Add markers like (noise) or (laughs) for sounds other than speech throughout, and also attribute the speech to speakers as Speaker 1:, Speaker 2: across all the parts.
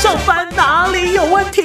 Speaker 1: 上班哪里有问题？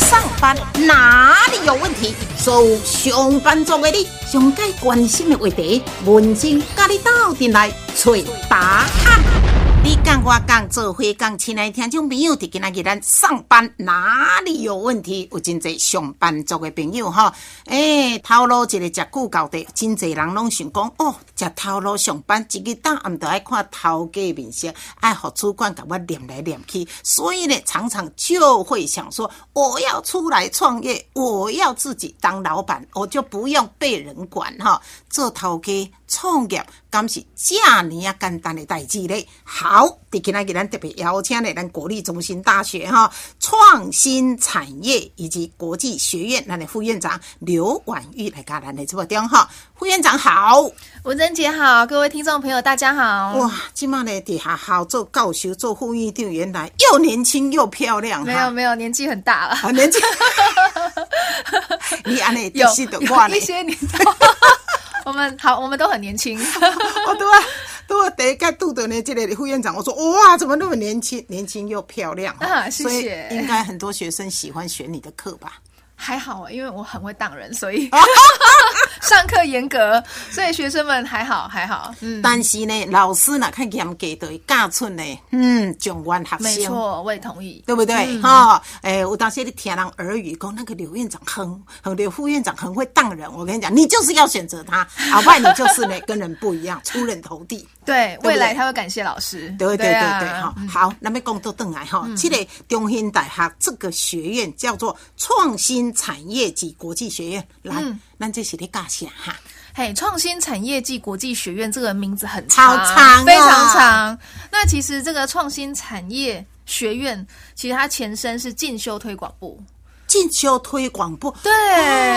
Speaker 2: 上班哪里有问题？所有上班族的你，上该关心的话题，文静甲你斗阵来找答案。你讲我讲做伙讲，亲爱的听众朋友，伫今仔日咱上班哪里有问题？有真侪上班族的朋友吼，诶、头路一个食久到底，真侪人拢想讲哦，食头路上班，一日到暗都爱看头家面色，爱互主管甲我念来念去，所以呢，常常就会想说，我要出来创业，我要自己当老板，我就不用被人管哈，做头家。创业敢是遮尼啊简单的代志咧。好，伫今仔日咱特别邀请咧咱国立中心大学哈创新产业以及国际学院咱的副院长刘婉玉来甲咱的直播中哈。副院长好，
Speaker 3: 文珍姐好，各位听众朋友大家好。
Speaker 2: 哇，即满咧伫学校做教授做副院长，原来又年轻又漂亮，
Speaker 3: 没有没有，年纪很大
Speaker 2: (laughs)
Speaker 3: 了，
Speaker 2: 啊
Speaker 3: (laughs)
Speaker 2: 年轻，你安尼
Speaker 3: 有
Speaker 2: 就是的我
Speaker 3: 有
Speaker 2: 咧
Speaker 3: 一。
Speaker 2: (laughs)
Speaker 3: 些年，我们好，我们都很年轻。
Speaker 2: 我对啊，对啊，第一个杜德呢，这个副院长，我说哇，怎么那么年轻，年轻又漂亮哦
Speaker 3: 啊谢谢
Speaker 2: 所以应该很多学生喜欢选你的课吧？
Speaker 3: 还好，啊因为我很会当人，
Speaker 2: (laughs)
Speaker 3: 所以上课严格，所以学生们还好还好。嗯，
Speaker 2: 但是哦呢，老师呢，看严格的教出呢，嗯，状元学
Speaker 3: 没
Speaker 2: 生。
Speaker 3: 错，嗯我也同意。
Speaker 2: 对不对？哈、哎、我当时你听人耳语讲，那个刘院长很，很刘副院长很会当人。我跟你讲，你就是要选择他，啊，不然你就是呢跟人不一样，出人头地。
Speaker 3: 对，
Speaker 2: 对
Speaker 3: 未来他会感谢老师。
Speaker 2: 对对对
Speaker 3: 啊嗯
Speaker 2: 对，哈、好，那么讲到邓来哈，这个中兴大学这个学院叫做创新产业及国际学院，来，
Speaker 3: 嗯
Speaker 2: 咱这是咧干啥哈？
Speaker 3: 嘿，创新产业暨国际学院这个名字很
Speaker 2: 好长哦
Speaker 3: 非常长。那其实这个创新产业学院，其实它前身是进修推广部。
Speaker 2: 进修推广部，
Speaker 3: 对，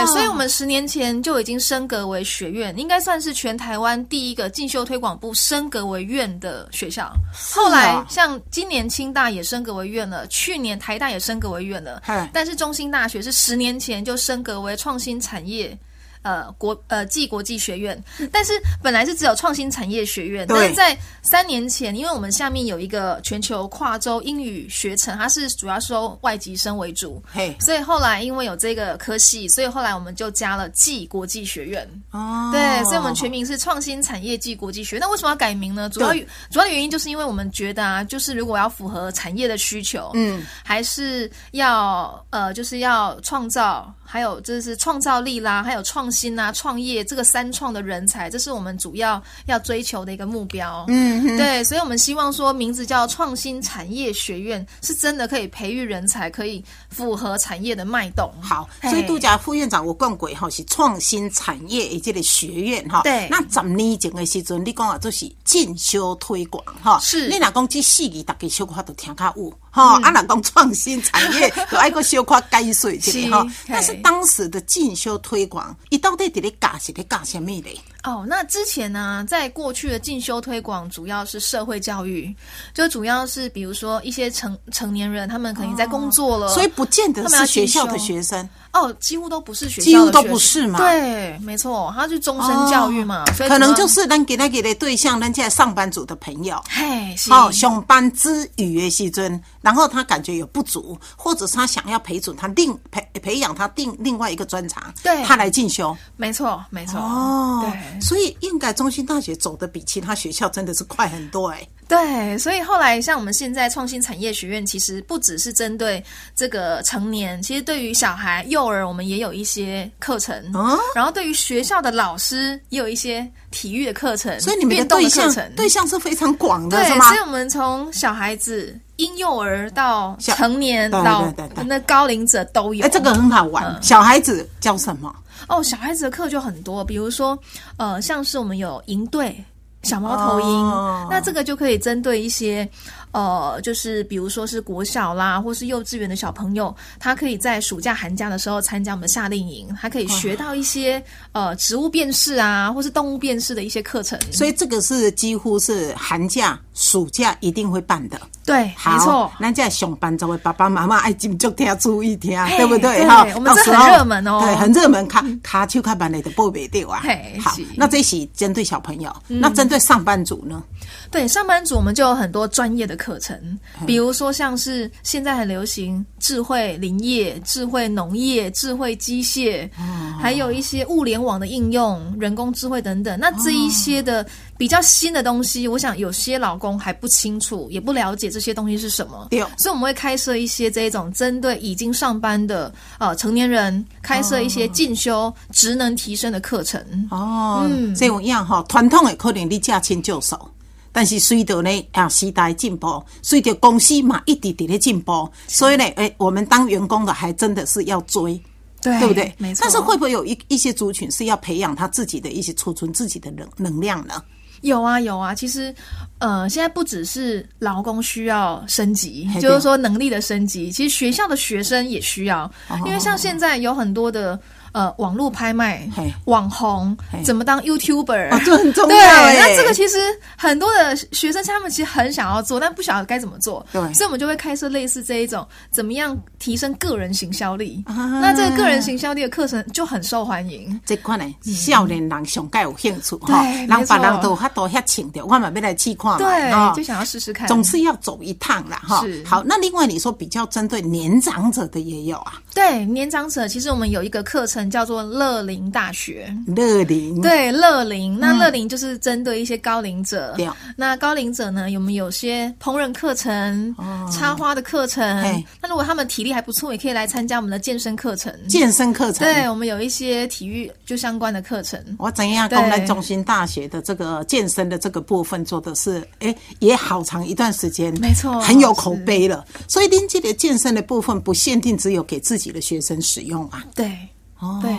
Speaker 2: 哦
Speaker 3: 所以我们十年前就已经升格为学院，应该算是全台湾第一个进修推广部升格为院的学校。
Speaker 2: 哦
Speaker 3: 后来像今年清大也升格为院了，去年台大也升格为院了
Speaker 2: 嗨，
Speaker 3: 但是中兴大学是十年前就升格为创新产业。呃，国呃，暨国际学院，但是本来是只有创新产业学院，
Speaker 2: 对
Speaker 3: 但是在三年前，因为我们下面有一个全球跨州英语学程，它是主要收外籍生为主，
Speaker 2: 嘿，
Speaker 3: 所以后来因为有这个科系，所以后来我们就加了暨国际学院。
Speaker 2: 哦，
Speaker 3: 对，所以我们全名是创新产业暨国际学院。那为什么要改名呢？主要
Speaker 2: 对
Speaker 3: 主要的原因就是因为我们觉得啊，就是如果要符合产业的需求，
Speaker 2: 嗯，
Speaker 3: 还是要呃，就是要创造，还有就是创造力啦，还有创新啦、创业这个三创的人才，这是我们主要要追求的一个目标。
Speaker 2: 嗯哼，
Speaker 3: 对，所以我们希望说，名字叫创新产业学院，是真的可以培育人才，可以符合产业的脉动。
Speaker 2: 好，
Speaker 3: 嘿
Speaker 2: 所以杜家副院长我讲过吼，是创新产业的这个学院哈。
Speaker 3: 对
Speaker 2: 那十年前的时阵，你讲啊，就是进修推广哈。
Speaker 3: 是嗯
Speaker 2: 你若讲这四个大家小可都听较有哈，啊，若讲创新产
Speaker 3: (laughs)
Speaker 2: 业，就爱个小可解释一下哈
Speaker 3: 是。
Speaker 2: 但是
Speaker 3: 嘿
Speaker 2: 当时的进修推广，伊到底伫咧教是咧教什么咧？
Speaker 3: 哦，那之前呢，在过去的进修推广主要是社会教育，就主要是比如说一些成成年人，他们可能在工作了，
Speaker 2: 哦所以不见得
Speaker 3: 哦他们要
Speaker 2: 是学
Speaker 3: 进
Speaker 2: 校的
Speaker 3: 修
Speaker 2: 学生，
Speaker 3: 哦，几乎都不是学校的
Speaker 2: 几乎都
Speaker 3: 学
Speaker 2: 不
Speaker 3: 生
Speaker 2: 是嘛哦
Speaker 3: 对，没错，它是终身教育嘛，所以
Speaker 2: 可能
Speaker 3: 主要
Speaker 2: 就是咱给他给的对象，咱现在上班族的朋友。
Speaker 3: 嘿，是
Speaker 2: 哦，上班之余的时阵，然后他感觉有不足，或者是他想要培准他另培培养他另另外一个专长，
Speaker 3: 对哦
Speaker 2: 他来进修
Speaker 3: 没错，没错，
Speaker 2: 哦
Speaker 3: 对。
Speaker 2: 所以应该中心大学走的比其他学校真的是快很多哎、
Speaker 3: 嗯对，所以后来像我们现在创新产业学院，其实不只是针对这个成年，其实对于小孩、幼儿，我们也有一些课程。
Speaker 2: 哦
Speaker 3: 然后对于学校的老师，也有一些体育的课程，
Speaker 2: 所以你们
Speaker 3: 运
Speaker 2: 的
Speaker 3: 动
Speaker 2: 对
Speaker 3: 的课
Speaker 2: 象
Speaker 3: 程。
Speaker 2: 对象是非常广的，
Speaker 3: 对
Speaker 2: 是，吗？
Speaker 3: 所以我们从小孩子、婴幼儿到
Speaker 2: 小
Speaker 3: 成年
Speaker 2: 对
Speaker 3: 到
Speaker 2: 对对对
Speaker 3: 那高龄者都有。
Speaker 2: 哎，这个很好玩。
Speaker 3: 嗯
Speaker 2: 小孩子叫什么？
Speaker 3: 哦，小孩子的课就很多，比如说，呃，像是我们有营队。小猫头鹰，
Speaker 2: 哦
Speaker 3: 那这个就可以针对一些，呃，就是比如说是国小啦，或是幼稚园的小朋友，他可以在暑假、寒假的时候参加我们的夏令营，他可以学到一些呃植物辨识啊，或是动物辨识的一些课程。
Speaker 2: 所以这个是几乎是寒假、暑假一定会办的。
Speaker 3: 对，
Speaker 2: 好
Speaker 3: 没错，
Speaker 2: 咱在上班族的爸爸妈妈爱斟酌听注意听，
Speaker 3: 嘿
Speaker 2: 对不对
Speaker 3: 对
Speaker 2: 哈？
Speaker 3: 我们这
Speaker 2: 到时
Speaker 3: 很
Speaker 2: 候
Speaker 3: 热门哦
Speaker 2: 对，很热门，卡卡手卡班的都报袂掉啊
Speaker 3: 嘿。
Speaker 2: 好
Speaker 3: 是，嗯
Speaker 2: 那这是针对小朋友，那针对上班族呢？
Speaker 3: 对上班族我们就有很多专业的课程，
Speaker 2: 嗯
Speaker 3: 比如说像是现在很流行智慧林业、智慧农业、智慧机械，
Speaker 2: 嗯
Speaker 3: 还有一些物联网的应用、人工智慧等等。那
Speaker 2: 嗯
Speaker 3: 这一些的比较新的东西，我想有些老公还不清楚，也不了解这些东西是什么。
Speaker 2: 对
Speaker 3: 所以我们会开设一些这种针对已经上班的呃成年人，开设一些进
Speaker 2: 嗯
Speaker 3: 修职能提升的课程。
Speaker 2: 哦，
Speaker 3: 嗯
Speaker 2: 这有影吼，传统的可能你价钱就少，但是随着呢啊时代进步，随着公司嘛一直伫咧进步，所以呢，哎、我们当员工的还真的是要追。
Speaker 3: 对
Speaker 2: 对不对？
Speaker 3: 没错。
Speaker 2: 但是会不会有一一些族群是要培养他自己的一些储存自己的能能量呢？
Speaker 3: 有啊有啊，其实，呃，现在不只是劳工需要升级
Speaker 2: 嘿，
Speaker 3: 就是说能力的升级，其实学校的学生也需要，
Speaker 2: 哦
Speaker 3: 因为像现在有很多的呃网络拍卖
Speaker 2: 嘿、
Speaker 3: 网红
Speaker 2: 嘿
Speaker 3: 怎么当 YouTuber，、
Speaker 2: 哦这很重要
Speaker 3: 对，
Speaker 2: 欸
Speaker 3: 那这个其实很多的学生他们其实很想要做，但不晓得该怎么做，
Speaker 2: 对
Speaker 3: 所以我们就会开设类似这一种怎么样提升个人行销力，
Speaker 2: 啊
Speaker 3: 那这个个人行销力的课程就很受欢迎。
Speaker 2: 这款呢，少年人上该有兴趣
Speaker 3: 嗯对
Speaker 2: 哈，
Speaker 3: 没
Speaker 2: 人
Speaker 3: 错
Speaker 2: 别人都有法度遐穿着，我嘛要来试看嘛
Speaker 3: 对，
Speaker 2: 哦
Speaker 3: 就想要试试看。
Speaker 2: 总是要走一趟啦哈
Speaker 3: 是。
Speaker 2: 好，那另外你说比较针对年长者的也有啊，
Speaker 3: 对，年长者其实我们有一个课程叫做乐龄大学。
Speaker 2: 乐龄，
Speaker 3: 对，乐龄，那乐龄就是针对一些高龄者。
Speaker 2: 嗯对
Speaker 3: 那高龄者呢，我们有些烹饪课程、插花的课程
Speaker 2: 哦嘿。
Speaker 3: 那如果他们体力还不错，也可以来参加我们的健身课程。
Speaker 2: 健身课程。
Speaker 3: 对，我们有一些体育就相关的课程。
Speaker 2: 我怎样
Speaker 3: 对
Speaker 2: 公南中心大学的这个健身的这个部分做的是，哎，也好长一段时间，
Speaker 3: 没错
Speaker 2: 很有口碑了。所以您这个健身的部分不限定只有给自己的学生使用啊。
Speaker 3: 对，
Speaker 2: 哦
Speaker 3: 对，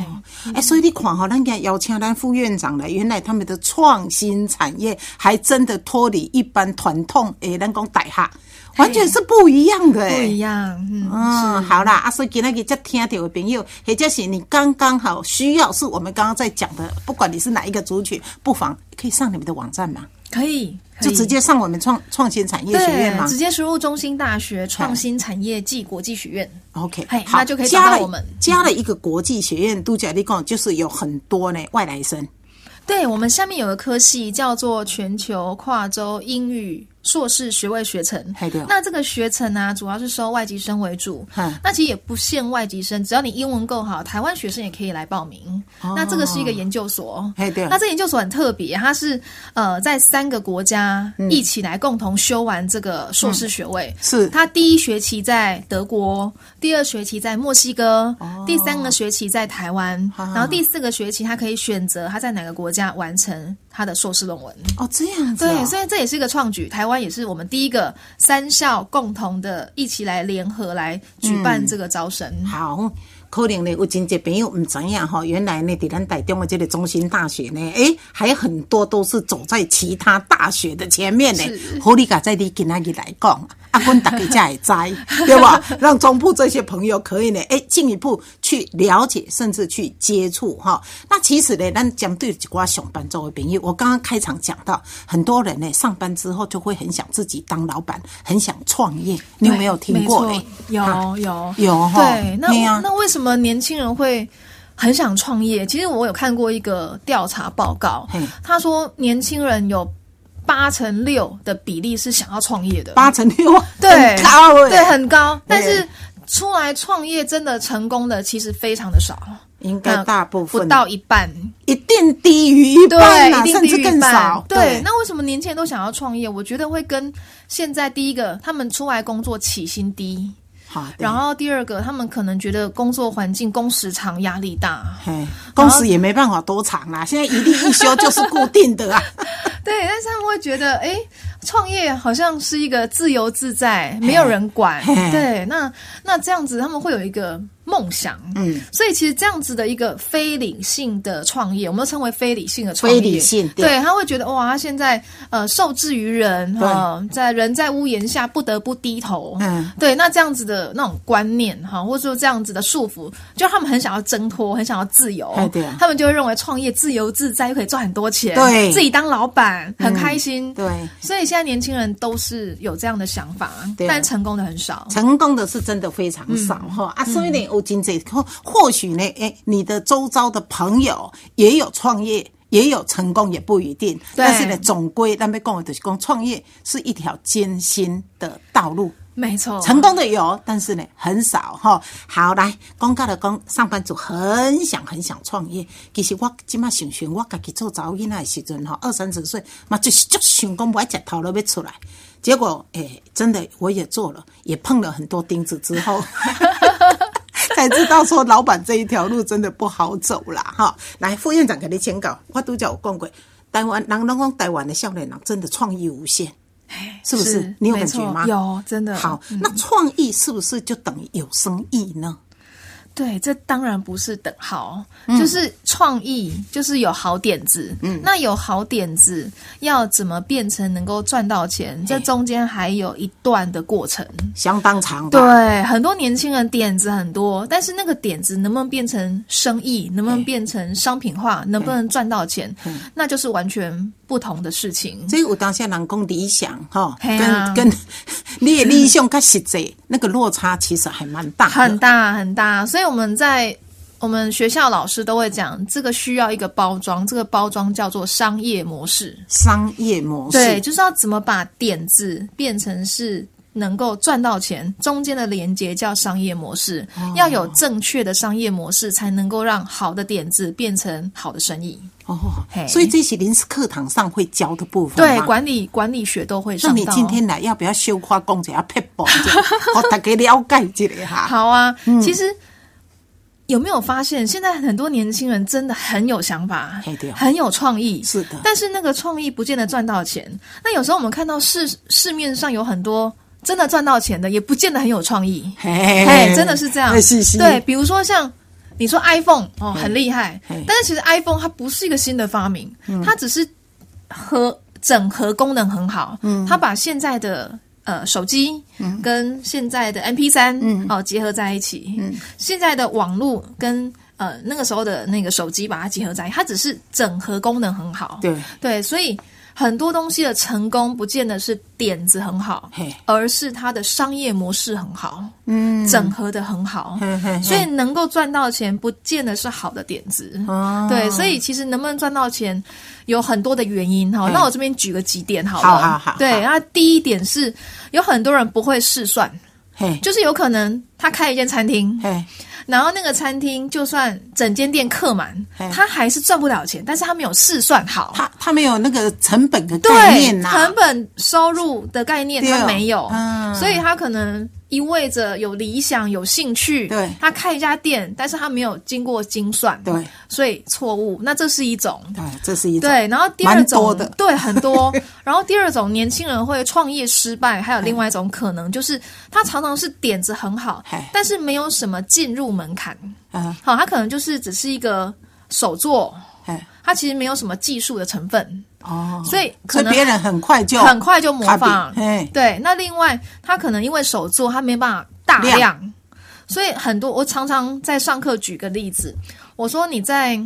Speaker 3: 嗯
Speaker 2: 哎、所以你看哈、咱家邀请咱副院长来，原来他们的创新产业还真的脱离一般传统诶，咱讲大厦，完全是不一样的、诶。哎
Speaker 3: 不一样。嗯，
Speaker 2: 嗯，好啦，啊，所以今天给这听到的朋友，或者是你刚刚好需要，是我们刚刚在讲的，不管你是哪一个族群，不妨可以上你们的网站嘛，
Speaker 3: 可以，可
Speaker 2: 就
Speaker 3: 以
Speaker 2: 直接上我们创创新产业学院嘛
Speaker 3: 对，直接输入中兴大学创新产业暨国际学院。
Speaker 2: ，OK，
Speaker 3: 嘿
Speaker 2: 好，
Speaker 3: 那就可以找
Speaker 2: 加
Speaker 3: 到
Speaker 2: 了
Speaker 3: 我们
Speaker 2: 加了一个国际学院，度假地讲就是有很多呢外来生，
Speaker 3: 对我们下面有个科系叫做全球跨洲英语硕士学位学程
Speaker 2: 嘿对哦。
Speaker 3: 那这个学程呢、啊主要是收外籍生为主
Speaker 2: 嗯。
Speaker 3: 那其实也不限外籍生，只要你英文够好，台湾学生也可以来报名。那这个是一个研究所
Speaker 2: 哦嘿对哦。
Speaker 3: 那这研究所很特别，它是呃在三个国家
Speaker 2: 嗯
Speaker 3: 一起来共同修完这个硕士学位。
Speaker 2: 是
Speaker 3: 呃他第一学期在德国，第二学期在墨西哥，
Speaker 2: 哦
Speaker 3: 第三个学期在台湾，然后第四个学期他可以选择他在哪个国家完成他的硕士论文。
Speaker 2: 哦这样子、
Speaker 3: 对，
Speaker 2: 哦，
Speaker 3: 所以这也是一个创举。台湾也是我们第一个三校共同的，一起来联合来举
Speaker 2: 嗯
Speaker 3: 办这个招生。
Speaker 2: 好。可能呢，有真侪朋友唔知影吼，原来呢，伫咱台中的这个中心大学呢，诶、还很多都是走在其他大学的前面呢。
Speaker 3: 是
Speaker 2: 好，你噶在你今仔日来讲，啊，阮大家才会知，
Speaker 3: (laughs)
Speaker 2: 对吧？让中部这些朋友可以呢，诶、进一步去了解，甚至去接触哈。那其实呢，咱讲对一寡上班族的朋友，我刚刚开场讲到，很多人呢上班之后就会很想自己当老板，很想创业，你有没有听过
Speaker 3: 对
Speaker 2: 呢
Speaker 3: 没？错
Speaker 2: 哈
Speaker 3: 有有
Speaker 2: 有哈
Speaker 3: 对，那
Speaker 2: 对啊
Speaker 3: 那为什么年轻人会很想创业？其实我有看过一个调查报告
Speaker 2: 嘿，
Speaker 3: 他说年轻人有八成六的比例是想要创业的，
Speaker 2: 八成六，
Speaker 3: 对
Speaker 2: 很高哎、
Speaker 3: 对，很高。但
Speaker 2: 对
Speaker 3: 是出来创业真的成功的其实非常的少，
Speaker 2: 应该大部分
Speaker 3: 不到一半。
Speaker 2: 一定低于一半啦、
Speaker 3: 对，一定
Speaker 2: 甚至
Speaker 3: 低于
Speaker 2: 更
Speaker 3: 一半
Speaker 2: 少。
Speaker 3: 对，那为什么年轻人都想要创业？我觉得会跟现在第一个，他们出来工作起薪低，
Speaker 2: 好，对
Speaker 3: 然后第二个，他们可能觉得工作环境、工时长、压力大。
Speaker 2: 嘿，工时也没办法多长啦、现在一例一休就是固定的
Speaker 3: (laughs)
Speaker 2: 啊。
Speaker 3: 对，但是他们会觉得，哎，创业好像是一个自由自在，没有人管
Speaker 2: 嘿。
Speaker 3: 对，那那这样子，他们会有一个梦想。
Speaker 2: 嗯，
Speaker 3: 所以其实这样子的一个非理性的创业，我们都称为非理性的创业。
Speaker 2: 非理性对
Speaker 3: 对他会觉得哇，他现在呃受制于人，呃，在人在屋檐下不得不低头。
Speaker 2: 嗯，
Speaker 3: 对，那这样子的那种观念哈，或者说这样子的束缚，就他们很想要挣脱，很想要自由
Speaker 2: 哎对啊。
Speaker 3: 他们就会认为创业自由自在，又可以赚很多钱，
Speaker 2: 对
Speaker 3: 自己当老板很开心。
Speaker 2: 嗯对，
Speaker 3: 所以现在年轻人都是有这样的想法
Speaker 2: 对，啊
Speaker 3: 但成功的很少。
Speaker 2: 成功的是真的非常少
Speaker 3: 嗯
Speaker 2: 哈、啊，所以呢，有真济或或许呢，诶，你的周遭的朋友也有创业。也有成功，也不一定。
Speaker 3: 对
Speaker 2: 但是呢，总归咱们讲的就是讲创业是一条艰辛的道路。
Speaker 3: 没错，
Speaker 2: 成功的有，但是呢很少哈。好，来公告的讲，上班族很想很想创业。其实我即马想想，我家己做查某囡仔的时阵吼，二三十岁嘛就是足想讲不爱食头路要出来。结果诶、真的我也做了，也碰了很多钉子之
Speaker 3: (laughs)
Speaker 2: 后。才知道说老板这一条路真的不好走啦，哈！来，副院长给你请稿，我都叫我讲过，台湾人拢讲台湾的少年人真的创意无限，是不是？
Speaker 3: 哎是
Speaker 2: 你有感觉吗？
Speaker 3: 没错有真的
Speaker 2: 好，那创意是不是就等于有生意呢？
Speaker 3: 对，这当然不是等号，
Speaker 2: 嗯
Speaker 3: 就是创意，就是有好点子。嗯，那有好点子，要怎么变成能够赚到钱？这中间还有一段的过程。
Speaker 2: 相当长吧。
Speaker 3: 对，很多年轻人点子很多，但是那个点子能不能变成生意，能不能变成商品化，能不能赚到钱，那就是完全不同的事情。
Speaker 2: 所以有当下人讲理想哈，
Speaker 3: 嘿啊 (laughs)
Speaker 2: 跟跟你的理想跟实际那个落差其实还蛮大的，
Speaker 3: 很大很大，所以我们在我们学校老师都会讲，这个需要一个包装，这个包装叫做商业模式。
Speaker 2: 商业模式。
Speaker 3: 对，就是要怎么把点子变成是能够赚到钱，中间的连接叫商业模式，要有正确的商业模式，才能够让好的点子变成好的生意。
Speaker 2: 哦
Speaker 3: 嘿，
Speaker 2: 所以这些临时课堂上会教的部分
Speaker 3: 对，
Speaker 2: 吗，
Speaker 3: 管理管理学都会
Speaker 2: 那
Speaker 3: 上
Speaker 2: 你
Speaker 3: 到。
Speaker 2: 今天来要不要修花讲一下 p e
Speaker 3: (laughs)
Speaker 2: 我大家了解一下哈。
Speaker 3: 好啊，
Speaker 2: 嗯
Speaker 3: 其实。有没有发现，现在很多年轻人真的很有想法
Speaker 2: 嘿对哦，
Speaker 3: 很有创意，
Speaker 2: 是的
Speaker 3: 但是那个创意不见得赚到钱。那有时候我们看到市市面上有很多真的赚到钱的，也不见得很有创意。哎，
Speaker 2: 嘿
Speaker 3: 真的是这样
Speaker 2: 哎，是是，
Speaker 3: 对，，比如说像你说 iPhone 哦，很厉害
Speaker 2: 嘿，嗯
Speaker 3: 但是其实 iPhone 它不是一个新的发明，它只是和整合功能很好，
Speaker 2: 嗯
Speaker 3: 它把现在的。呃，手机跟现在的 MP 三
Speaker 2: 嗯
Speaker 3: 哦结合在一起，现在的网络跟呃那个时候的那个手机把它结合在一起，它只是整合功能很好，
Speaker 2: 对
Speaker 3: 对，所以很多东西的成功不见得是点子很好
Speaker 2: 嘿，
Speaker 3: 而是它的商业模式很好，嗯，整合的很好，
Speaker 2: 嘿嘿嘿
Speaker 3: 所以能够赚到钱，不见得是好的点子。
Speaker 2: 哦
Speaker 3: 对，所以其实能不能赚到钱，有很多的原因哈。
Speaker 2: 嗯
Speaker 3: 那我这边举个几点好了。
Speaker 2: 好好好好
Speaker 3: 对，那第一点是，有很多人不会试算，
Speaker 2: 嘿，
Speaker 3: 就是有可能他开一间餐厅，
Speaker 2: 嘿，
Speaker 3: 然后那个餐厅就算整间店客满
Speaker 2: 嘿，
Speaker 3: 他还是赚不了钱，但是他没有试算好。
Speaker 2: 他他没有那个成本的概
Speaker 3: 对
Speaker 2: 念呐，
Speaker 3: 成本收入的概念
Speaker 2: 对
Speaker 3: 他没有，
Speaker 2: 嗯
Speaker 3: 所以他可能意味着有理想、有兴趣，
Speaker 2: 对
Speaker 3: 他开一家店，但是他没有经过精算，
Speaker 2: 对，
Speaker 3: 所以错误，那这是一种。
Speaker 2: 对，这是一种
Speaker 3: 对，然后第二
Speaker 2: 蛮多
Speaker 3: 种
Speaker 2: 的
Speaker 3: 对很
Speaker 2: (laughs)
Speaker 3: 多，然后第二种年轻人会创业失败，还有另外一种可能就是他常常是点子很好
Speaker 2: 哎嘿，
Speaker 3: 但是没有什么进入门槛，
Speaker 2: 啊，
Speaker 3: 好，他可能就是只是一个手作，
Speaker 2: 哎，
Speaker 3: 他其实没有什么技术的成分，
Speaker 2: 哦，
Speaker 3: 所以
Speaker 2: 所
Speaker 3: 可
Speaker 2: 以
Speaker 3: 能
Speaker 2: 别人很快就
Speaker 3: 很快就模仿
Speaker 2: copy，嘿。
Speaker 3: 对，那另外他可能因为手做，他没办法大量，
Speaker 2: 量
Speaker 3: 所以很多我常常在上课举个例子，我说你在。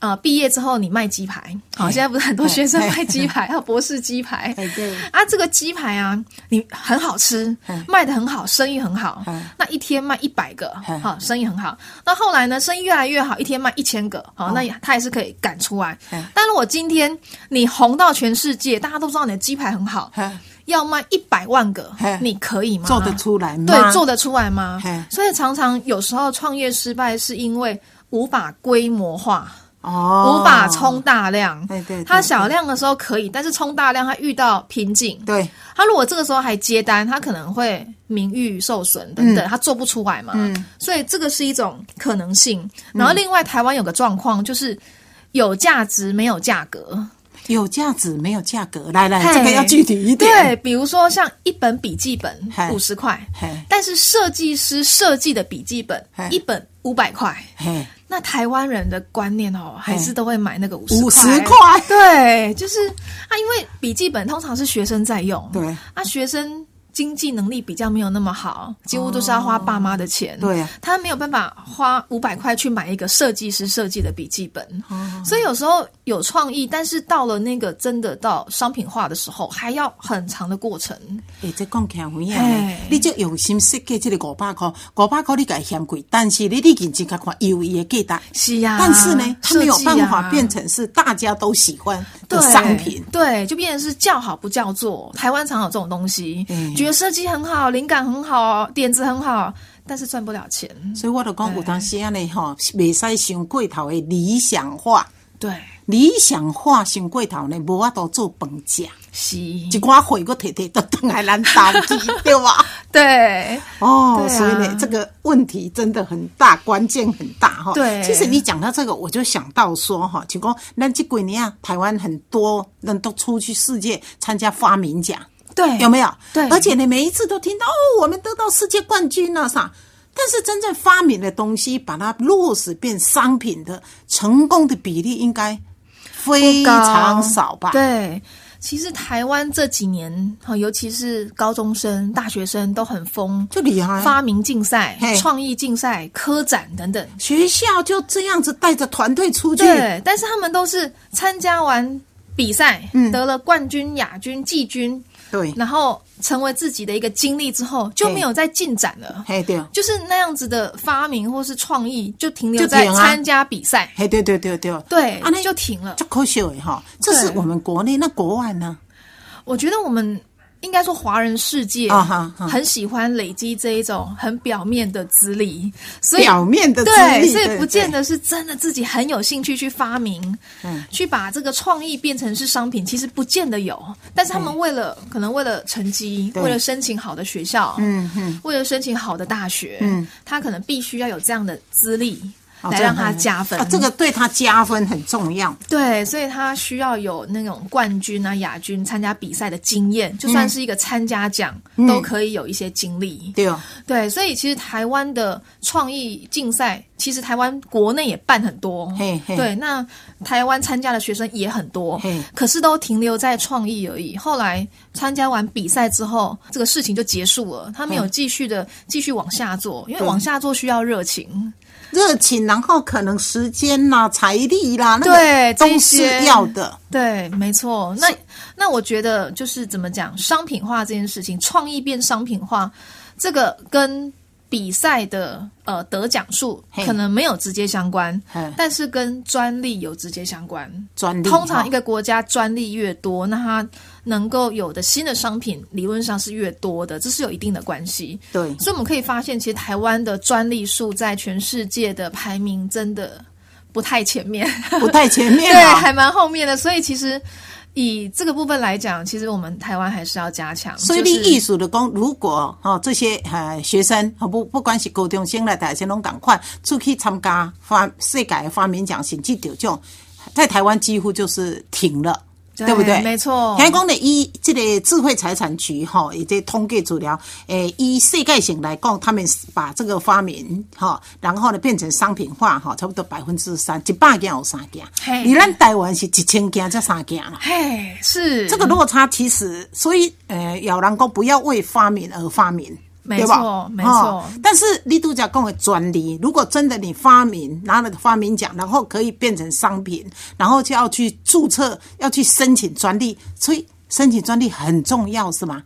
Speaker 3: 呃，毕业之后你卖鸡排，好，
Speaker 2: 嘿
Speaker 3: 现在不是很多
Speaker 2: 嘿
Speaker 3: 学生
Speaker 2: 嘿
Speaker 3: 卖鸡排，还有博士鸡排，
Speaker 2: 哎对，
Speaker 3: (laughs) 啊，这个鸡排啊，你很好吃
Speaker 2: 嗯，
Speaker 3: 卖的很好，生意很好
Speaker 2: 嗯。
Speaker 3: 那一天卖一百个，
Speaker 2: 嗯
Speaker 3: 好，生意很好。那后来呢，生意越来越好，一天卖一千个，好，那也他也是可以赶出来
Speaker 2: 嗯。
Speaker 3: 但如果今天你红到全世界，大家都知道你的鸡排很好，
Speaker 2: 嘿
Speaker 3: 要卖一百万个
Speaker 2: 嗯，
Speaker 3: 你可以吗？
Speaker 2: 做得出来吗？
Speaker 3: 对，做得出来吗
Speaker 2: 嗯？
Speaker 3: 所以常常有时候创业失败是因为无法规模化。
Speaker 2: 哦，
Speaker 3: 无法冲大量，
Speaker 2: 对对对
Speaker 3: 他小量的时候可以，但是冲大量他遇到瓶颈，
Speaker 2: 对，
Speaker 3: 他如果这个时候还接单，他可能会名誉受损等
Speaker 2: 嗯
Speaker 3: 等，他做不出来嘛。所以这个是一种可能性。然后另外，台湾有个状况就是有价值没有价格。
Speaker 2: 有价值没有价格？来来，
Speaker 3: 嘿
Speaker 2: 哎这个要具体一
Speaker 3: 对
Speaker 2: 点。，哎
Speaker 3: 比如说像一本笔记本
Speaker 2: 嗨
Speaker 3: 五十块，
Speaker 2: 嘿，
Speaker 3: 但是设计师设计的笔记本
Speaker 2: 嗨
Speaker 3: 一本五百块。
Speaker 2: 嘿，
Speaker 3: 那台湾人的观念哦，还是都会买那个五十
Speaker 2: 50块
Speaker 3: 对，就是啊，因为笔记本通常是学生在用，
Speaker 2: 对
Speaker 3: 啊，学生经济能力比较没有那么好，几乎都是要花爸妈的钱，
Speaker 2: 对啊哦
Speaker 3: 他没有办法花五百块去买一个设计师设计的笔记本，所以有时候有创意，但是到了那个真的到商品化的时候，还要很长的过程。
Speaker 2: 诶、哎这讲起来有影
Speaker 3: 嘿
Speaker 2: 咧，你这用心设计这个五百块，五百块你家嫌贵，但是你你认真看看，有伊的价值。
Speaker 3: 是呀、
Speaker 2: 但是呢，它没有
Speaker 3: 设计啊
Speaker 2: 办法变成是大家都喜欢的
Speaker 3: 对
Speaker 2: 商品。
Speaker 3: 对，就变成是叫好不叫座。台湾常有这种东西，
Speaker 2: 嗯
Speaker 3: 觉得设计很好，灵感很好，点子很好，但是赚不了钱。
Speaker 2: 所以我就讲，有当时安尼吼，未使想过头的理想化，
Speaker 3: 对，
Speaker 2: 理想化想过头呢，无法度做饭食，
Speaker 3: 是，
Speaker 2: 一寡货个摕摕倒转来咱家去，对吧？
Speaker 3: 对，
Speaker 2: 哦，
Speaker 3: 对啊
Speaker 2: 所以呢，这个问题真的很大，关键很大哈。
Speaker 3: 对
Speaker 2: 其实你讲到这个，我就想到说哈，就讲咱这几年啊，台湾很多人都出去世界参加发明奖，
Speaker 3: 对，
Speaker 2: 有没有？
Speaker 3: 对
Speaker 2: 而且呢，每一次都听到哦，我们得到世界冠军了啥？但是真正发明的东西，把它落实变商品的成功的比例，应该非常少吧？
Speaker 3: 对，其实台湾这几年，啊，尤其是高中生、大学生都很疯，
Speaker 2: 就厉害
Speaker 3: 发明竞赛
Speaker 2: 啊嘿、
Speaker 3: 创意竞赛、科展等等。
Speaker 2: 学校就这样子带着团队出去，
Speaker 3: 对，但是他们都是参加完比赛，
Speaker 2: 嗯
Speaker 3: 得了冠军、亚军、季军，
Speaker 2: 对，
Speaker 3: 然后成为自己的一个经历之后，就没有再进展了。
Speaker 2: 嘿对。
Speaker 3: 就是那样子的发明或是创意，就停留
Speaker 2: 就
Speaker 3: 在
Speaker 2: 停啊
Speaker 3: 参加比赛，
Speaker 2: 嘿，对对对对，
Speaker 3: 对
Speaker 2: 啊，那，
Speaker 3: 就停了
Speaker 2: 就。可惜的哈。这是
Speaker 3: 对
Speaker 2: 我们国内，那国外呢？
Speaker 3: 我觉得我们应该说华人世界
Speaker 2: 啊哈哈
Speaker 3: 很喜欢累积这一种很表面的资历，所以
Speaker 2: 表面的资
Speaker 3: 对，
Speaker 2: 历，
Speaker 3: 所以不见
Speaker 2: 得
Speaker 3: 得是真的自己很有兴趣去发明，
Speaker 2: 嗯
Speaker 3: 去把这个创意变成是商品，其实不见得有。但是他们为了可能为了成绩，
Speaker 2: 对
Speaker 3: 为了申请好的学校，
Speaker 2: 嗯嗯，
Speaker 3: 为了申请好的大学，
Speaker 2: 嗯
Speaker 3: 他可能必须要有这样的资历
Speaker 2: 哦
Speaker 3: 来
Speaker 2: 这
Speaker 3: 让
Speaker 2: 样
Speaker 3: 他
Speaker 2: 很
Speaker 3: 加分。
Speaker 2: 啊，这个对他加分很重要。
Speaker 3: 对，所以他需要有那种冠军啊、亚军参加比赛的经验，就
Speaker 2: 嗯
Speaker 3: 算是一个参加奖，都可以有一些经历。
Speaker 2: 对哦，
Speaker 3: 对，所以其实台湾的创意竞赛，其实台湾国内也办很多。
Speaker 2: 嘿嘿
Speaker 3: 对，那台湾参加的学生也很多
Speaker 2: 嘿，
Speaker 3: 可是都停留在创意而已。后来参加完比赛之后，这个事情就结束了，他没
Speaker 2: 嗯
Speaker 3: 有继续的继续往下做，因为往下做需要热情。
Speaker 2: 热情，然后可能时间啦、财力啦，那
Speaker 3: 对
Speaker 2: 个
Speaker 3: 这
Speaker 2: 都是
Speaker 3: 些
Speaker 2: 要的。
Speaker 3: 对，没错。那那我觉得就是怎么讲，商品化这件事情，创意变商品化，这个跟比赛的呃得奖数
Speaker 2: 嘿
Speaker 3: 可能没有直接相关
Speaker 2: 嘿，
Speaker 3: 但是跟专利有直接相关。
Speaker 2: 专利
Speaker 3: 通常一
Speaker 2: 个
Speaker 3: 个国家专利越多，那它能够有的新的商品理论上是越多的，这是有一定的关系。
Speaker 2: 对
Speaker 3: 所以我们可以发现，其实台湾的专利数在全世界的排名真的不太前面。
Speaker 2: 不太前面
Speaker 3: (laughs) 对，
Speaker 2: 啊。
Speaker 3: 还蛮后面的。所以其实以这个部分来讲，其实我们台湾还是要加强。
Speaker 2: 所以
Speaker 3: 就
Speaker 2: 你
Speaker 3: 是
Speaker 2: 艺术的讲，如果哦这些呃学生，哦不不管是高中生来大学生，拢赶快出去参加发世界的发明奖，甚至得奖，在台湾几乎就是停了，
Speaker 3: 对
Speaker 2: 不对？
Speaker 3: 没错
Speaker 2: 听讲呢，以这个智慧财产局哈，以及统计资料，诶，以世界性来讲，他们把这个发明哈，然后呢变成商品化哈，差不多百分之三，一百件有三件
Speaker 3: 嘿，
Speaker 2: 你咱台湾是一千件才三件啊啦。
Speaker 3: 嘿是
Speaker 2: 这个落差其实，所以呃，有人讲不要为发明而发明，
Speaker 3: 没
Speaker 2: 对吧
Speaker 3: 错没错
Speaker 2: 但是你度假讲的专利，如果真的你发明拿了发明奖，然后可以变成商品，然后就要去注册，要去申请专利，所以申请专利很重要，是吗？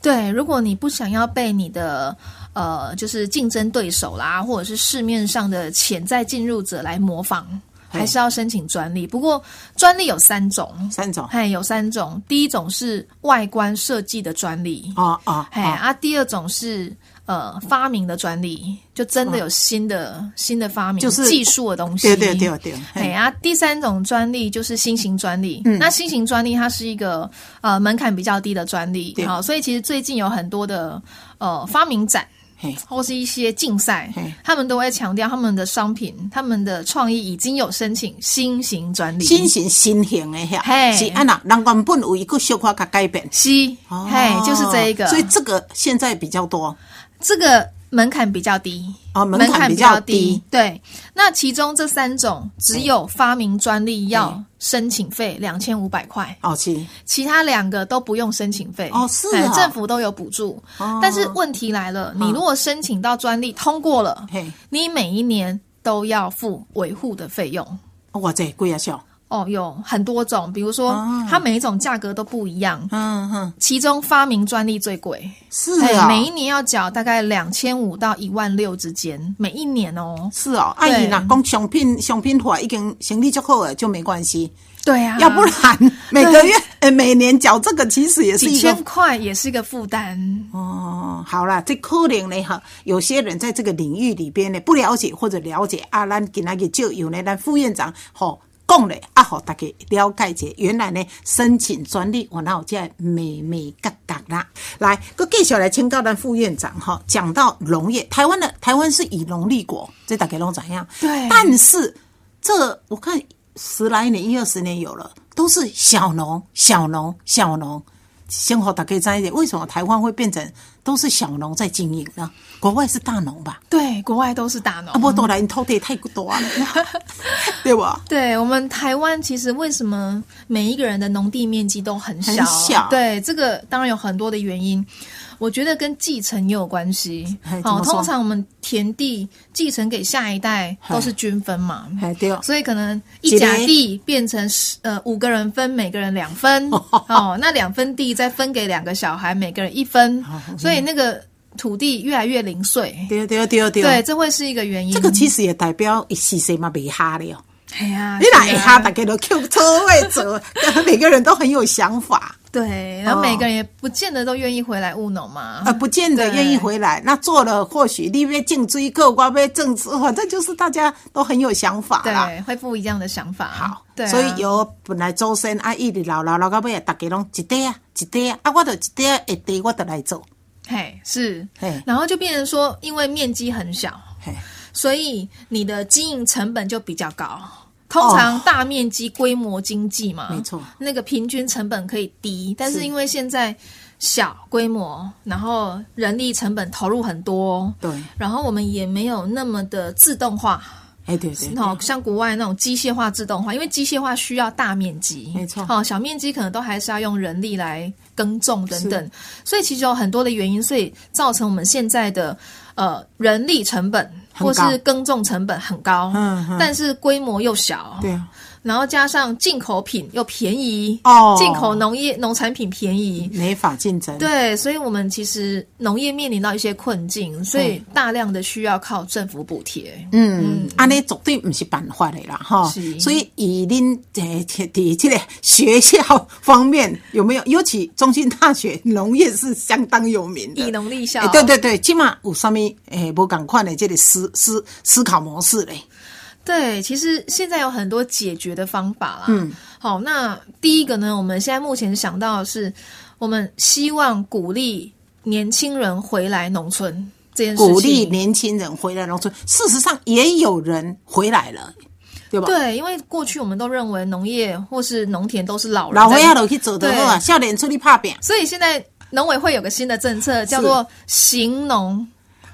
Speaker 3: 对。如果你不想要被你的呃，就是竞争对手啦，或者是市面上的潜在进入者来模仿。还是要申请专利，不过专利有三种，
Speaker 2: 三种
Speaker 3: 嘿，有三种。第一种是外观设计的专利，
Speaker 2: 哦哦，
Speaker 3: 嘿
Speaker 2: 哦
Speaker 3: 啊，第二种是呃发明的专利，就真的有新的、新的发明，
Speaker 2: 就是
Speaker 3: 技术的东西。
Speaker 2: 对对对对嘿
Speaker 3: 哎啊，第三种专利就是新型专利。嗯，那新型专利它是一个呃门槛比较低的专利，
Speaker 2: 对
Speaker 3: 好，所以其实最近有很多的呃发明展。
Speaker 2: 嘿，
Speaker 3: 或是一些竞赛
Speaker 2: 嘿，
Speaker 3: 他们都会强调他们的商品、他们的创意已经有申请新型专利。
Speaker 2: 新型新型的
Speaker 3: 嘿
Speaker 2: 遐，是安那，人原本有一个小可甲改变，哦
Speaker 3: 西，嘿，就是这一个。
Speaker 2: 所以这个现在比较多。
Speaker 3: 这个门槛比较低
Speaker 2: 哦门槛
Speaker 3: 槛
Speaker 2: 比
Speaker 3: 较
Speaker 2: 较低。
Speaker 3: 对，那其中这三种只有发明专利要申请费两千五百块，
Speaker 2: 哦，是
Speaker 3: 其他两个都不用申请费。
Speaker 2: 哦是
Speaker 3: 哎
Speaker 2: 啊哦嗯
Speaker 3: 政府都有补助。但是问题来了，你如果申请到专利通过了
Speaker 2: 嘿，
Speaker 3: 你每一年都要付维护的费用。
Speaker 2: 哇，这贵啊，小
Speaker 3: 哦，有很多种，比如说、它每一种价格都不一样，
Speaker 2: 哦嗯哼，
Speaker 3: 其中发明专利最贵，
Speaker 2: 是
Speaker 3: 哎
Speaker 2: 啊、
Speaker 3: 每一年要缴大概两千五到一万六之间，每一年哦。
Speaker 2: 是哦，啊，伊
Speaker 3: 对
Speaker 2: 若讲商品商品化已经生理足好了，就没关系。
Speaker 3: 对啊，
Speaker 2: 要不然每个月、呃 (laughs) 每年缴这个，其实也是
Speaker 3: 几
Speaker 2: 一个
Speaker 3: 千块也是一个负担。
Speaker 2: 哦，好啦，这可能呢哈，有些人在这个领域里边呢不了解或者了解啊，咱今仔日就有呢，咱副院长吼讲咧啊，吼大家了解者，原来呢申请专利，我哪有这美美嘎嘎啦。来，个继续来请教咱副院长哈，讲到农业，台湾的台湾是以农立国，这大家拢怎样？
Speaker 3: 对
Speaker 2: 但是这我看十来年、一二十年有了，都是小农、小农、小农。先好大家知一点，为什么台湾会变成都是小农在经营呢？国外是大农吧？
Speaker 3: 对，国外都是大农。
Speaker 2: 啊，不，都来你偷的也太多了， (laughs) 对吧？
Speaker 3: 对我们台湾，其实为什么每一个人的农地面积都很小？
Speaker 2: 很小
Speaker 3: 对，这个当然有很多的原因。我觉得跟继承也有关系
Speaker 2: 哎。怎
Speaker 3: 好、
Speaker 2: 么说
Speaker 3: 通常我们田地继承给下一代都是均分嘛，
Speaker 2: 哎，对哦，
Speaker 3: 所以可能一甲地变成十呃五个人分，每个人两
Speaker 2: (laughs)
Speaker 3: 分哦，那两分地再分给两个小孩，每个人一分，所以那个土地越来越零碎。
Speaker 2: 对对对对
Speaker 3: 对，这会是一个原因。
Speaker 2: 这个其实也代表一时谁嘛没哈了。
Speaker 3: 哎呀，
Speaker 2: 你哪
Speaker 3: 是
Speaker 2: 一
Speaker 3: 啊
Speaker 2: 哈大家都 Q 车位走， (laughs) 每个人都很有想法。
Speaker 3: 对，然后
Speaker 2: 哦
Speaker 3: 每个人也不见得都愿意回来务农嘛。
Speaker 2: 呃，不见得
Speaker 3: 对
Speaker 2: 愿意回来。那做了，或许你被种追个，我被种植，反正就是大家都很有想法啦。
Speaker 3: 对，会不一样的想法。
Speaker 2: 好，
Speaker 3: 对啊、
Speaker 2: 所以有本来周身啊，一直老老老到尾啊，大家拢一块啊，一块啊，啊，我就一块啊，一块我就来做。
Speaker 3: 嘿是
Speaker 2: 嘿，
Speaker 3: 然后就变成说，因为面积很小，
Speaker 2: 嘿，
Speaker 3: 所以你的经营成本就比较高。通常大面积规模经济嘛，
Speaker 2: 没错，
Speaker 3: 那个平均成本可以低，但
Speaker 2: 是
Speaker 3: 是因为现在小规模，然后人力成本投入很多，
Speaker 2: 对，
Speaker 3: 然后我们也没有那么的自动化，
Speaker 2: 哎，对对对
Speaker 3: 哦，像国外那种机械化、自动化，因为机械化需要大面积，
Speaker 2: 没错
Speaker 3: 哦，小面积可能都还是要用人力来耕种等等，所以其实有很多的原因，所以造成我们现在的呃人力成本
Speaker 2: 很
Speaker 3: 或
Speaker 2: 高
Speaker 3: 是耕种成本很高，
Speaker 2: 嗯嗯
Speaker 3: 但是规模又小，
Speaker 2: 对啊，
Speaker 3: 然后加上进口品又便宜，
Speaker 2: 哦嗯
Speaker 3: 进口农业农产品便宜。
Speaker 2: 没法竞争。
Speaker 3: 对，所以我们其实农业面临到一些困境，所以
Speaker 2: 嗯
Speaker 3: 大量的需要靠政府补贴。
Speaker 2: 嗯，安尼绝对不是办法的啦，哈。
Speaker 3: 是
Speaker 2: 所以以恁诶，伫这个学校方面有没有？尤其中兴大学农业是相当有名的，
Speaker 3: 以农立校
Speaker 2: 诶哎对对对，起码有啥物诶，无共款的这个思思思考模式嘞。
Speaker 3: 对，其实现在有很多解决的方法啦。嗯，好，那第一个呢，我们现在目前想到的是，我们希望鼓励年轻人回来农村这件事情。
Speaker 2: 鼓励年轻人回来农村，事实上也有人回来了，对吧？
Speaker 3: 对，因为过去我们都认为农业或是农田都是老人
Speaker 2: 老
Speaker 3: 在
Speaker 2: 伙仔落去做得好啊，
Speaker 3: 对
Speaker 2: 少年出去拍拼。
Speaker 3: 所以现在农委会有个新的政策叫做“行农”。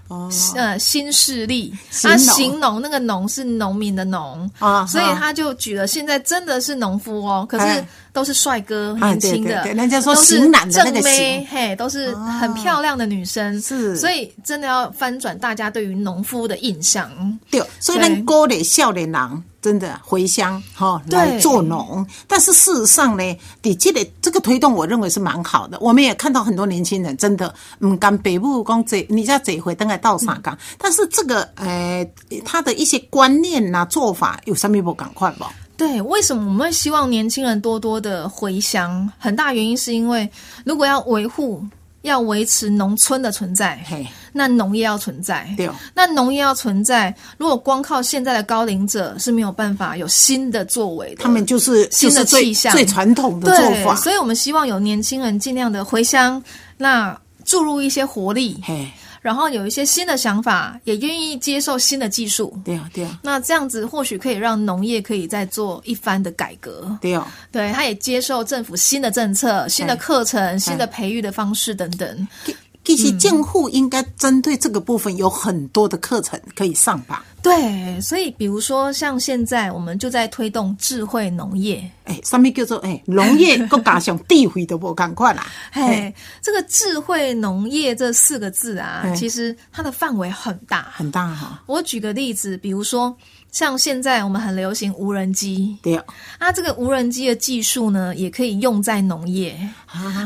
Speaker 2: 哦，
Speaker 3: 呃，新势力，
Speaker 2: 行
Speaker 3: 那
Speaker 2: 农
Speaker 3: 行农那个农是农民的农
Speaker 2: 啊
Speaker 3: 所以
Speaker 2: 啊
Speaker 3: 他就举了，现在真的是农夫哦，可
Speaker 2: 哎
Speaker 3: 是都是帅哥，
Speaker 2: 啊
Speaker 3: 年
Speaker 2: 对
Speaker 3: 轻
Speaker 2: 对
Speaker 3: 的，
Speaker 2: 对人家说
Speaker 3: 都是
Speaker 2: 型男的那个
Speaker 3: 正妹
Speaker 2: 型啊
Speaker 3: 嘿，都是很漂亮的女生，
Speaker 2: 是
Speaker 3: 所以真的要翻转大家对于农夫的印象，
Speaker 2: 对，所以
Speaker 3: 对
Speaker 2: 咱鼓励少年人真的回乡哈、哦、
Speaker 3: 对
Speaker 2: 来做农，但是事实上呢，你这个这个推动，我认为是蛮好的。我们也看到很多年轻人真的嗯唔甘北部讲这，你家这回等来到上
Speaker 3: 嗯
Speaker 2: 港，但是这个呃，他的一些观念呐、做法有什么不赶快不？
Speaker 3: 对，为什么我们会希望年轻人多多的回乡？很大原因是因为，如果要维护、要维持农村的存在，
Speaker 2: 嘿，
Speaker 3: 那农业要存在。
Speaker 2: 对哦
Speaker 3: 那农业要存在，如果光靠现在的高龄者是没有办法有新的作为的。
Speaker 2: 他们就是就
Speaker 3: 新的
Speaker 2: 是最
Speaker 3: 气象
Speaker 2: 最传统的做
Speaker 3: 对，
Speaker 2: 法，
Speaker 3: 所以我们希望有年轻人尽量的回乡，那注入一些活力，
Speaker 2: 嘿，
Speaker 3: 然后有一些新的想法，也愿意接受新的技术。
Speaker 2: 对啊，对啊，
Speaker 3: 那这样子或许可以让农业可以再做一番的改革。
Speaker 2: 对啊。
Speaker 3: 对，他也接受政府新的政策、新的课程、新的培育的方式等等。
Speaker 2: 其其实政府应该针对这个部分有很多的课程可以上吧。
Speaker 3: 对，所以比如说像现在我们就在推动智慧农业，
Speaker 2: 诶、哎什么叫做诶农业，佮加上智慧都无共款啊
Speaker 3: (laughs)
Speaker 2: 啦。
Speaker 3: 哎，这个智慧农业这四个字啊
Speaker 2: 嘿，
Speaker 3: 其实它的范围很大。
Speaker 2: 很大哈、
Speaker 3: 我举个例子，比如说像现在我们很流行无人机，
Speaker 2: 对啊，
Speaker 3: 那这个无人机的技术呢，也可以用在农业，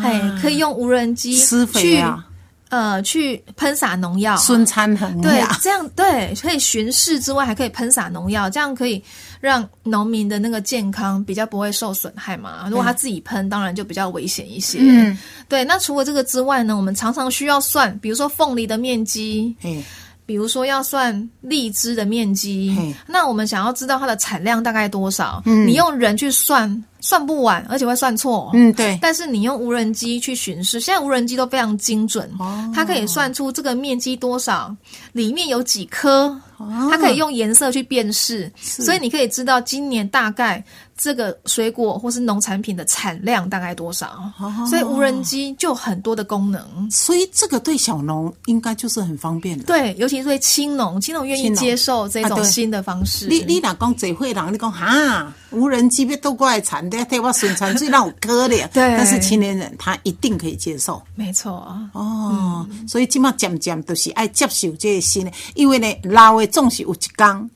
Speaker 3: 哎、可以用无人机
Speaker 2: 啊施肥
Speaker 3: 去
Speaker 2: 啊，
Speaker 3: 呃去喷洒农药，
Speaker 2: 孙啊餐衡
Speaker 3: 对
Speaker 2: 呀，，
Speaker 3: 这样对可以巡视之外，还可以喷洒农药，这样可以让农民的那个健康比较不会受损害嘛。如果他自己喷，当然就比较危险一些。嗯，对。那除了这个之外呢，我们常常需要算，比如说凤梨的面积，
Speaker 2: 诶，
Speaker 3: 比如说要算荔枝的面
Speaker 2: 嘿
Speaker 3: 积，那我们想要知道它的产量大概多少，嗯、你用人去算算不完，而且会算错。哦
Speaker 2: 嗯，对，
Speaker 3: 但是你用无人机去巡视，现在无人机都非常精准，
Speaker 2: 哦
Speaker 3: 它可以算出这个面积多少，里面有几颗，
Speaker 2: 哦
Speaker 3: 它可以用颜色去辨识，所以你可以知道今年大概这个水果或是农产品的产量大概多少。
Speaker 2: 哦
Speaker 3: 所以无人机就有很多的功能。
Speaker 2: 所以这个对小农应该就是很方便了。
Speaker 3: 对，尤其是对青农，青农愿
Speaker 2: 青
Speaker 3: 意
Speaker 2: 农
Speaker 3: 接受这
Speaker 2: 啊
Speaker 3: 种
Speaker 2: 对
Speaker 3: 新的方式。
Speaker 2: 你你若讲这会人，你讲哈，无人机要倒过来产的，替我生产最让我可怜。
Speaker 3: (laughs) 对
Speaker 2: 但是青年人他一定可以接受。
Speaker 3: 没错，
Speaker 2: 哦，
Speaker 3: 嗯
Speaker 2: 所以即马渐渐都是爱接受这个新的，因为呢，老的总是有一天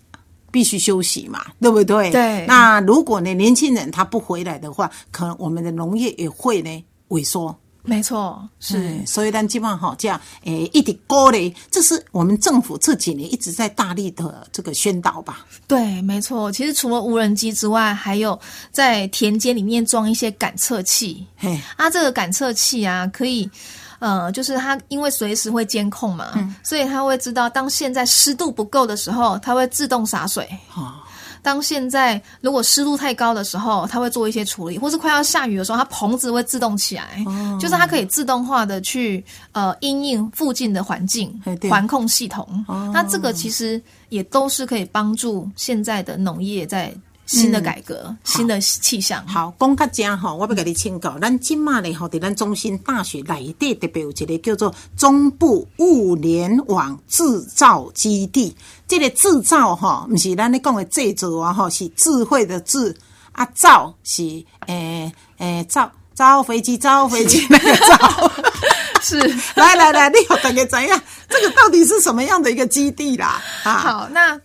Speaker 2: 必须休息嘛，对不对？
Speaker 3: 对
Speaker 2: 那如果呢，年轻人他不回来的话，可能我们的农业也会呢萎缩。
Speaker 3: 没错，是。
Speaker 2: 嗯，所以咱基本上吼这样，诶，一直鼓励，这是我们政府这几年一直在大力的这个宣导吧。
Speaker 3: 对，没错。其实除了无人机之外，还有在田间里面装一些感测器。
Speaker 2: 嘿，
Speaker 3: 啊，这个感测器啊，可以，呃，就是它因为随时会监控嘛，
Speaker 2: 嗯
Speaker 3: 所以它会知道当现在湿度不够的时候，它会自动洒水。
Speaker 2: 好、
Speaker 3: 当现在如果湿度太高的时候，它会做一些处理，或是快要下雨的时候，它棚子会自动起来，
Speaker 2: 哦
Speaker 3: 就是它可以自动化的去呃因应附近的环境
Speaker 2: 哎对哦
Speaker 3: 环控系统。那这个其实也都是可以帮助现在的农业在新
Speaker 2: 嗯
Speaker 3: 的改革、新的气象。
Speaker 2: 好，讲到这吼，我要甲你请教，
Speaker 3: 嗯
Speaker 2: 咱即马呢吼，伫咱中心大学内底特别有一个叫做中部物联网制造基地。这个制造吼，毋是咱咧讲的制造啊吼，是智慧的智啊，造是诶诶造造飞机造飞机那个造。
Speaker 3: 是。
Speaker 2: (laughs) 来来来，你有大概怎样？这个到底是什么样的一个基地啦？啊，
Speaker 3: 好，那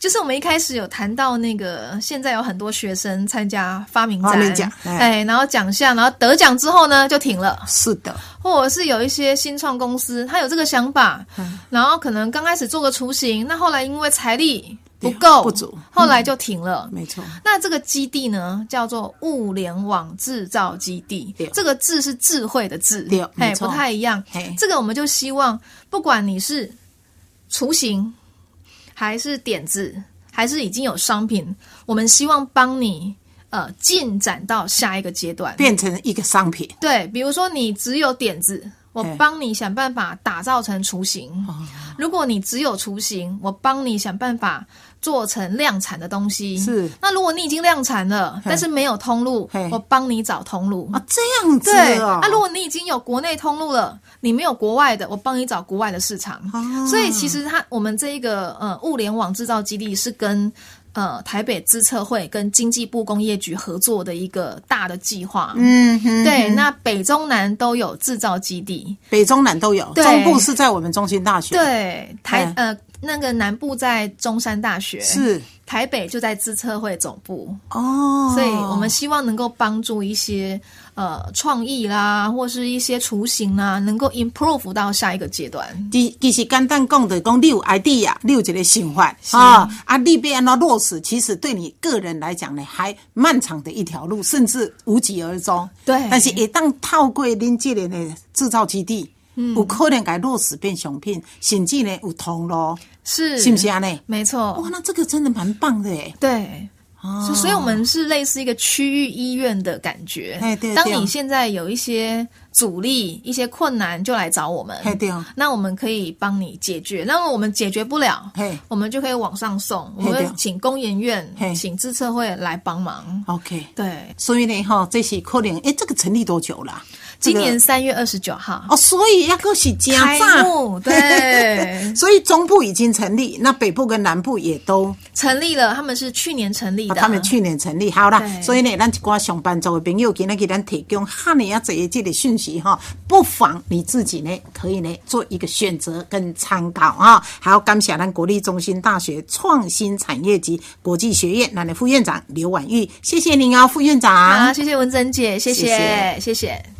Speaker 3: 就是我们一开始有谈到那个，现在有很多学生参加发明展，
Speaker 2: 发明奖哎嗯
Speaker 3: 哎，然后奖项，然后得奖之后呢就停了，
Speaker 2: 是的，
Speaker 3: 或者是有一些新创公司，他有这个想法，
Speaker 2: 嗯
Speaker 3: 然后可能刚开始做个雏形，那后来因为财力不够
Speaker 2: 哎不足嗯
Speaker 3: 后来就停了。
Speaker 2: 没错。
Speaker 3: 那这个基地呢，叫做物联网制造基地
Speaker 2: 对。
Speaker 3: 这个“智”是智慧的“智
Speaker 2: 对”，
Speaker 3: 哎
Speaker 2: 没，错
Speaker 3: 不太一样
Speaker 2: 嘿。
Speaker 3: 这个我们就希望，不管你是雏形，还是点子，还是已经有商品，我们希望帮你呃进展到下一个阶段。
Speaker 2: 变成一个商品，
Speaker 3: 对，比如说你只有点子，我
Speaker 2: 对
Speaker 3: 帮你想办法打造成雏形；
Speaker 2: 哦
Speaker 3: 如果你只有雏形，我帮你想办法做成量产的东西。
Speaker 2: 是
Speaker 3: 那如果你已经量产了，但是没有通路
Speaker 2: 嘿，
Speaker 3: 我帮你找通路。
Speaker 2: 啊，这样子
Speaker 3: 对，
Speaker 2: 哦。
Speaker 3: 啊，如果你已经有国内通路了，你没有国外的，我帮你找国外的市场。
Speaker 2: 啊
Speaker 3: 所以其实它我们这一个呃物联网制造基地是跟呃台北资策会跟经济部工业局合作的一个大的计划。
Speaker 2: 嗯哼，
Speaker 3: 对，那北中南都有制造基地，
Speaker 2: 北中南都有，
Speaker 3: 对
Speaker 2: 中部是在我们中心大学，，
Speaker 3: 对，台
Speaker 2: 嗯
Speaker 3: 呃那个南部在中山大学，
Speaker 2: 是
Speaker 3: 台北就在自测会总部，
Speaker 2: 哦，
Speaker 3: 所以我们希望能够帮助一些呃创意啦，或是一些雏形啦，能够 improve 到下一个阶段。
Speaker 2: 其其实简单讲的，讲你有 idea，你有一个想法啊，啊，你要安怎落实，其实对你个人来讲呢，还漫长的一条路，甚至无疾而终。
Speaker 3: 对
Speaker 2: 但是也当透过恁这个的制造基地，
Speaker 3: 嗯
Speaker 2: 有可能该落实变商品，甚至呢有通路，
Speaker 3: 是，哦嗯
Speaker 2: 是不是？安尼？
Speaker 3: 没错
Speaker 2: 哇，，那哦这个真的蛮棒的诶。
Speaker 3: 对。所所以，我们是类似一个区域医院的感觉。
Speaker 2: 哎对
Speaker 3: 当
Speaker 2: 对
Speaker 3: 你现在有一些阻力、一些困难，就来找我们
Speaker 2: 嘿对哦。
Speaker 3: 那我们可以帮你解决。那么我们解决不了
Speaker 2: 嘿，
Speaker 3: 我们就可以往上送，我
Speaker 2: 嘿
Speaker 3: 们
Speaker 2: 对哦
Speaker 3: 会请工研院
Speaker 2: 嘿、
Speaker 3: 请自测会来帮忙。
Speaker 2: OK，
Speaker 3: 对，
Speaker 2: 所以呢，哈，这是可能，诶，这个成立多久了？这
Speaker 3: 今
Speaker 2: 个
Speaker 3: 年三月二十九号
Speaker 2: 哦，所以要够是加，
Speaker 3: 开幕，对
Speaker 2: 所以中部已经成立，那北部跟南部也都，
Speaker 3: 成立了，他们是去年成立
Speaker 2: 啊
Speaker 3: 的，
Speaker 2: 他们去年成立好啦。
Speaker 3: 对
Speaker 2: 所以呢，咱一寡上班族的朋友，今天给咱提供哈尼啊这一季的讯息哈，不妨你自己呢可以呢做一个选择跟参考啊。好，感谢咱国立中心大学创新产业及国际学院咱的副院长刘婉玉，谢谢您哦，副院长。
Speaker 3: 好，谢谢文珍姐，谢
Speaker 2: 谢
Speaker 3: 谢谢谢